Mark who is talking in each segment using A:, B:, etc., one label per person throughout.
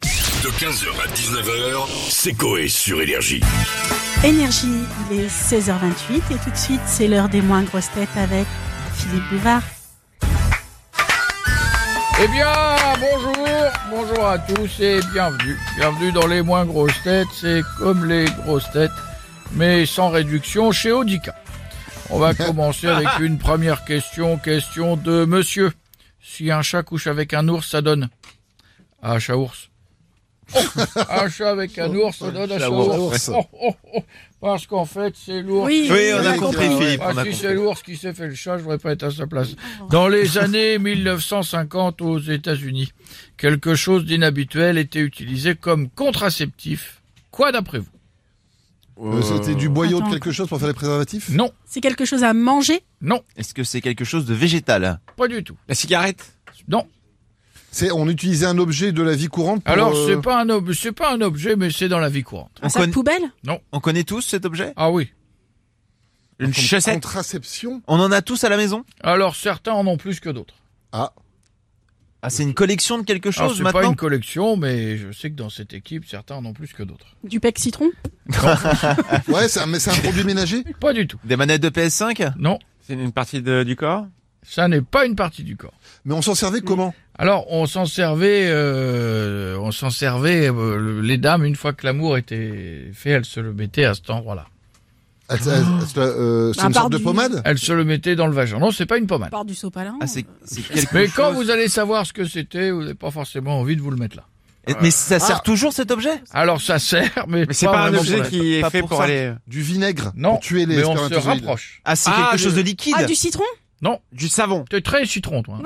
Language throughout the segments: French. A: De 15h à 19h, c'est Coé sur Énergie.
B: Énergie, il est 16h28 et tout de suite, c'est l'heure des moins grosses têtes avec Philippe Bouvard.
C: Eh bien, bonjour, bonjour à tous et bienvenue. Bienvenue dans les moins grosses têtes, c'est comme les grosses têtes, mais sans réduction chez Audica. On va commencer avec une première question, question de monsieur. Si un chat couche avec un ours, ça donne un chat ours. Oh, un chat avec un ours, ça donne un chat ours. Oh, oh, oh, parce qu'en fait, c'est l'ours.
B: Oui,
D: Oui, on a compris, Philippe.
C: Ah,
D: on a
C: si
D: compris.
C: c'est l'ours qui s'est fait le chat, je voudrais pas être à sa place. Dans les années 1950 aux États-Unis, quelque chose d'inhabituel était utilisé comme contraceptif. Quoi d'après vous
E: Euh, C'était du boyau
B: Attends.
E: de quelque chose pour faire les préservatifs
C: Non,
B: C'est quelque chose à manger
C: non,
D: Est-ce que c'est quelque chose de végétal
C: pas du tout.
D: La cigarette
C: Non.
E: C'est on utilisait un objet de la vie courante pour,
C: Alors
E: euh,
C: c'est pas un ob- c'est pas un objet, mais c'est dans la vie courante.
B: Un
D: on,
B: sac
D: conna-
B: poubelle
D: on connaît tous cet objet
C: Ah oui.
D: Une
E: comme
D: chaussette
E: Contraception
D: On en a tous à la maison
C: Alors certains en ont plus que d'autres.
E: Ah,
D: Ah, c'est une collection de quelque
C: Alors
D: chose
C: c'est pas
D: maintenant
C: une collection, mais je sais que dans cette équipe, certains en ont plus que d'autres.
B: Du pec citron
E: ouais, c'est un, mais c'est un produit ménager
C: Pas du tout.
D: Des manettes de PS5
C: Non,
D: C'est une partie du corps
C: ça n'est pas une partie du corps.
E: Mais on s'en servait comment
C: Alors, on s'en servait, euh, on s'en servait. euh, le- les dames, une fois que l'amour était fait, elles se le mettaient à cet endroit-là.
E: Ah, c'est- ah, c'est euh, c'est
B: À
E: une
B: part
E: sorte de
B: du-
E: pommade
C: Elles se le mettaient dans le vagin. Non, c'est pas une pommade.
B: Part du sopalin
D: Ah, c'est c'est quelque
C: Mais quand
D: chose-
C: vous allez savoir ce que c'était, vous n'avez pas forcément envie de vous le mettre là.
D: Eh, Mais ça sert toujours cet objet
C: Alors, ça sert, mais,
F: Mais c'est pas, un
C: vraiment
F: objet
C: pour-
F: qui est
D: Pas
F: fait
D: pour
F: pour,
D: ça.
F: aller.
E: Du vinaigre
C: Non,
E: pour tuer les
C: mais on se
E: spermatozoïdes.
C: rapproche.
D: Ah, c'est
F: Ah,
D: quelque
F: le-
D: chose de liquide
B: Ah, du citron
F: Du savon.
C: T'es très citron, toi.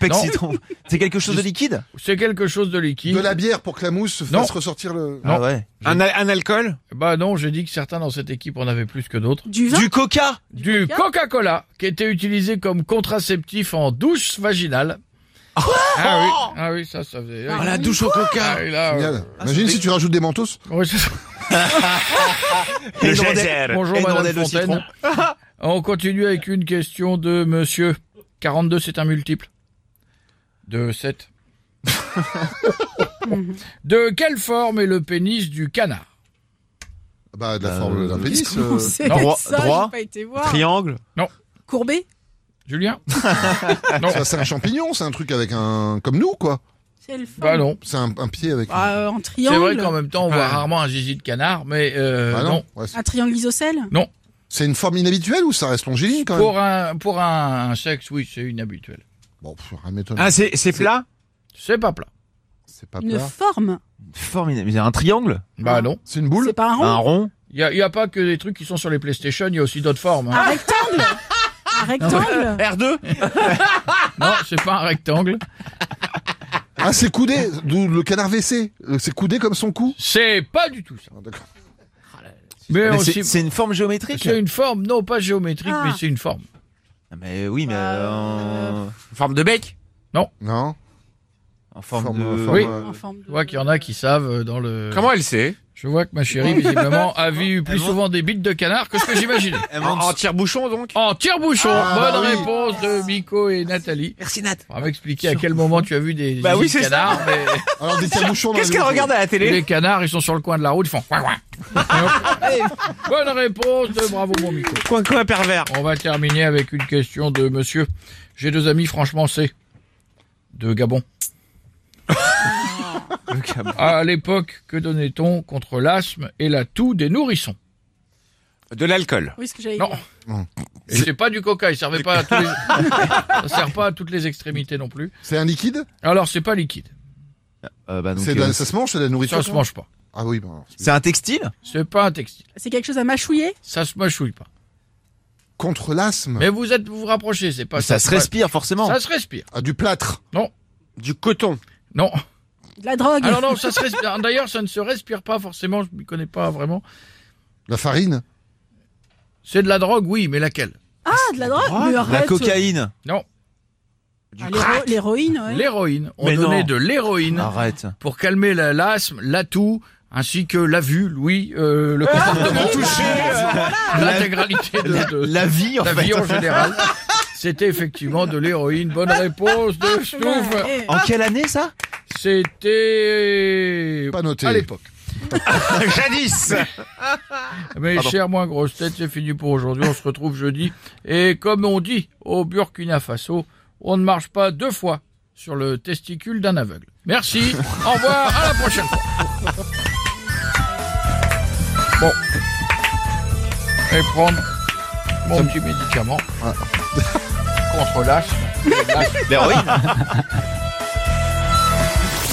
D: Pec
C: Non.
D: citron. C'est quelque chose de liquide
C: C'est quelque chose de liquide.
E: De la bière pour que la mousse fasse
C: Non.
E: ressortir le
C: Non.
D: Ah ouais.
F: Un, al- un alcool
C: Bah non, j'ai dit que certains dans cette équipe en avaient plus que d'autres.
B: Du vin
D: Du coca
C: Du
B: Coca
C: Coca-Cola, qui était utilisé comme contraceptif en douche vaginale. ah oui, ah oui, ça, ça faisait.
B: Ah, la
D: douche au coca
C: Ah, et là, euh,
E: Génial. Imagine si tu rajoutes des mentos.
C: ouais, c'est ça.
D: Le
C: Bonjour Madame Fontaine. On continue avec une question de Monsieur. 42 c'est un multiple de 7.
B: Mhm.
C: De quelle forme est le pénis du canard
E: Bah, de la
D: Euh,
E: forme d'un
B: Qu'est-ce
E: pénis.
B: qu'on
E: euh,
B: sait
C: non.
D: Droit-
B: ça,
D: droit.
B: j'ai pas été voir.
F: Triangle
B: Courbé
C: Julien Non.
E: ça, c'est un champignon, c'est un truc avec un comme nous quoi.
B: C'est le fond.
C: Bah non.
E: C'est un, un pied avec.
B: Bah, euh, en
C: C'est
B: triangle
C: vrai qu'en même temps on voit
F: Ouais.
C: rarement un zizi de canard, mais euh,
E: Ah
C: non.
E: Ouais, c'est-
B: Un triangle isocèle
E: c'est une forme inhabituelle ou ça reste longiligne quand même
C: Pour un pour un, un sexe, oui, c'est inhabituel.
E: Bon, pff, rien m'étonne.
F: Ah, c'est c'est plat
C: C'est pas plat.
E: C'est
D: Ah,
E: pas
B: Une
E: plat.
B: forme
D: Formidable. Mais Un triangle
C: Bah
B: Ah.
C: non.
E: C'est une boule.
B: C'est pas un rond
D: Un rond
C: Il y a, il y a pas que des trucs qui sont sur les PlayStation, il y a aussi d'autres formes.
B: Un
C: hein.
B: rectangle Un rectangle
F: R2
C: Non, c'est pas un rectangle.
E: Ah, c'est coudé, d'où le canard WC. Euh, C'est coudé comme son cou.
C: C'est pas du tout ça.
E: Ah, d'accord.
C: Mais,
D: Ah, Mais
C: on
D: C'est
C: s'y-
D: c'est une forme géométrique
C: C'est une forme, non pas géométrique,
B: Ah.
C: mais c'est une forme.
D: Ah, Mais oui, mais
B: Euh,
D: euh, en-
F: Forme de bec
E: Non.
D: en forme
E: Forme-
D: de...
E: forme,
C: Oui.
E: euh,
B: En forme de-
C: Je vois qu'il y en a qui savent euh, dans le.
F: Comment elle sait
C: Je vois que ma chérie, visiblement, a vu plus
D: Elle monte.
C: souvent des bites de canard que ce que j'imaginais.
D: Elle
F: En,
D: monte
F: en tire-bouchon donc
C: En tire-bouchon,
E: Ah,
C: bonne
E: bah oui.
C: réponse de Miko et Nathalie.
D: Merci Nat.
C: On va m'expliquer à quel moment tu as vu des
F: Bah
C: des
F: oui,
C: bites de
F: c'est
C: canards, mais
E: Alors des tire-bouchons dans
F: Qu'est-ce
E: les
F: qu'elle
E: bouches.
F: regarde à la
C: tous
F: télé
C: les canards, ils sont sur le coin de la route, ils font coin coin. Et hop. Bonne réponse de bravo mon Miko.
F: Coin coin pervers.
C: On va terminer avec une question de monsieur. J'ai deux amis, franchement, c'est de Gabon.
D: Le câble.
C: À l'époque, que donnait-on contre l'asthme et la toux des nourrissons
F: De l'alcool.
B: Oui, ce que j'avais
C: Non.
B: dit.
D: Hum.
C: Et c'est pas du coca, il servait pas à tous les... ça sert pas à toutes les extrémités non plus.
E: C'est un liquide
C: Alors c'est pas liquide,
D: Euh, bah, donc,
E: C'est de la-
D: euh,
E: Ça se mange, c'est de la
C: ça
E: nourriture
C: se mange pas.
E: Ah oui, bon. alors, c'est-
D: C'est un textile
C: C'est pas un textile,
B: C'est quelque chose à mâchouiller
C: ça se mâchouille pas.
E: Contre l'asthme
C: Mais vous êtes vous vous rapprochez, c'est pas
D: Ça se
C: c'est pas-
D: respire forcément.
C: Ça se respire.
E: Ah, du plâtre
F: Du coton.
C: Non.
B: De la drogue
C: Alors Ah, non, ça se respire. D'ailleurs, ça ne se respire pas forcément, je m'y connais pas vraiment.
E: La farine
C: C'est de la drogue, oui, mais laquelle
B: Ah, de la drogue
F: drogue.
B: Mais
D: La
B: arrête.
D: cocaïne.
B: Ah, l'héro- L'héroïne, ouais.
C: L'héroïne. On
D: Mais
C: donnait
D: non.
C: de l'héroïne
D: Arrête.
C: pour calmer la- l'asthme, l'atout ainsi que la vue, oui, euh, le
B: bah,
C: comportement l'intégralité de,
D: Ah, La,
C: de-
D: la vie en
C: la
D: fait.
C: vie en général. C'était effectivement de l'héroïne. Bonne réponse de Stouff.
B: Ouais, eh.
D: En quelle année ça
C: C'était
E: pas noté.
C: à l'époque.
F: Jadis
C: Mes
D: Pardon.
C: chers moins grosses têtes, c'est fini pour aujourd'hui. On se retrouve jeudi. Et comme on dit au Burkina Faso, on ne marche pas deux fois sur le testicule d'un aveugle. Merci. au revoir. À la prochaine fois. Bon. Et prendre mon petit médicament. Contre l'asthme.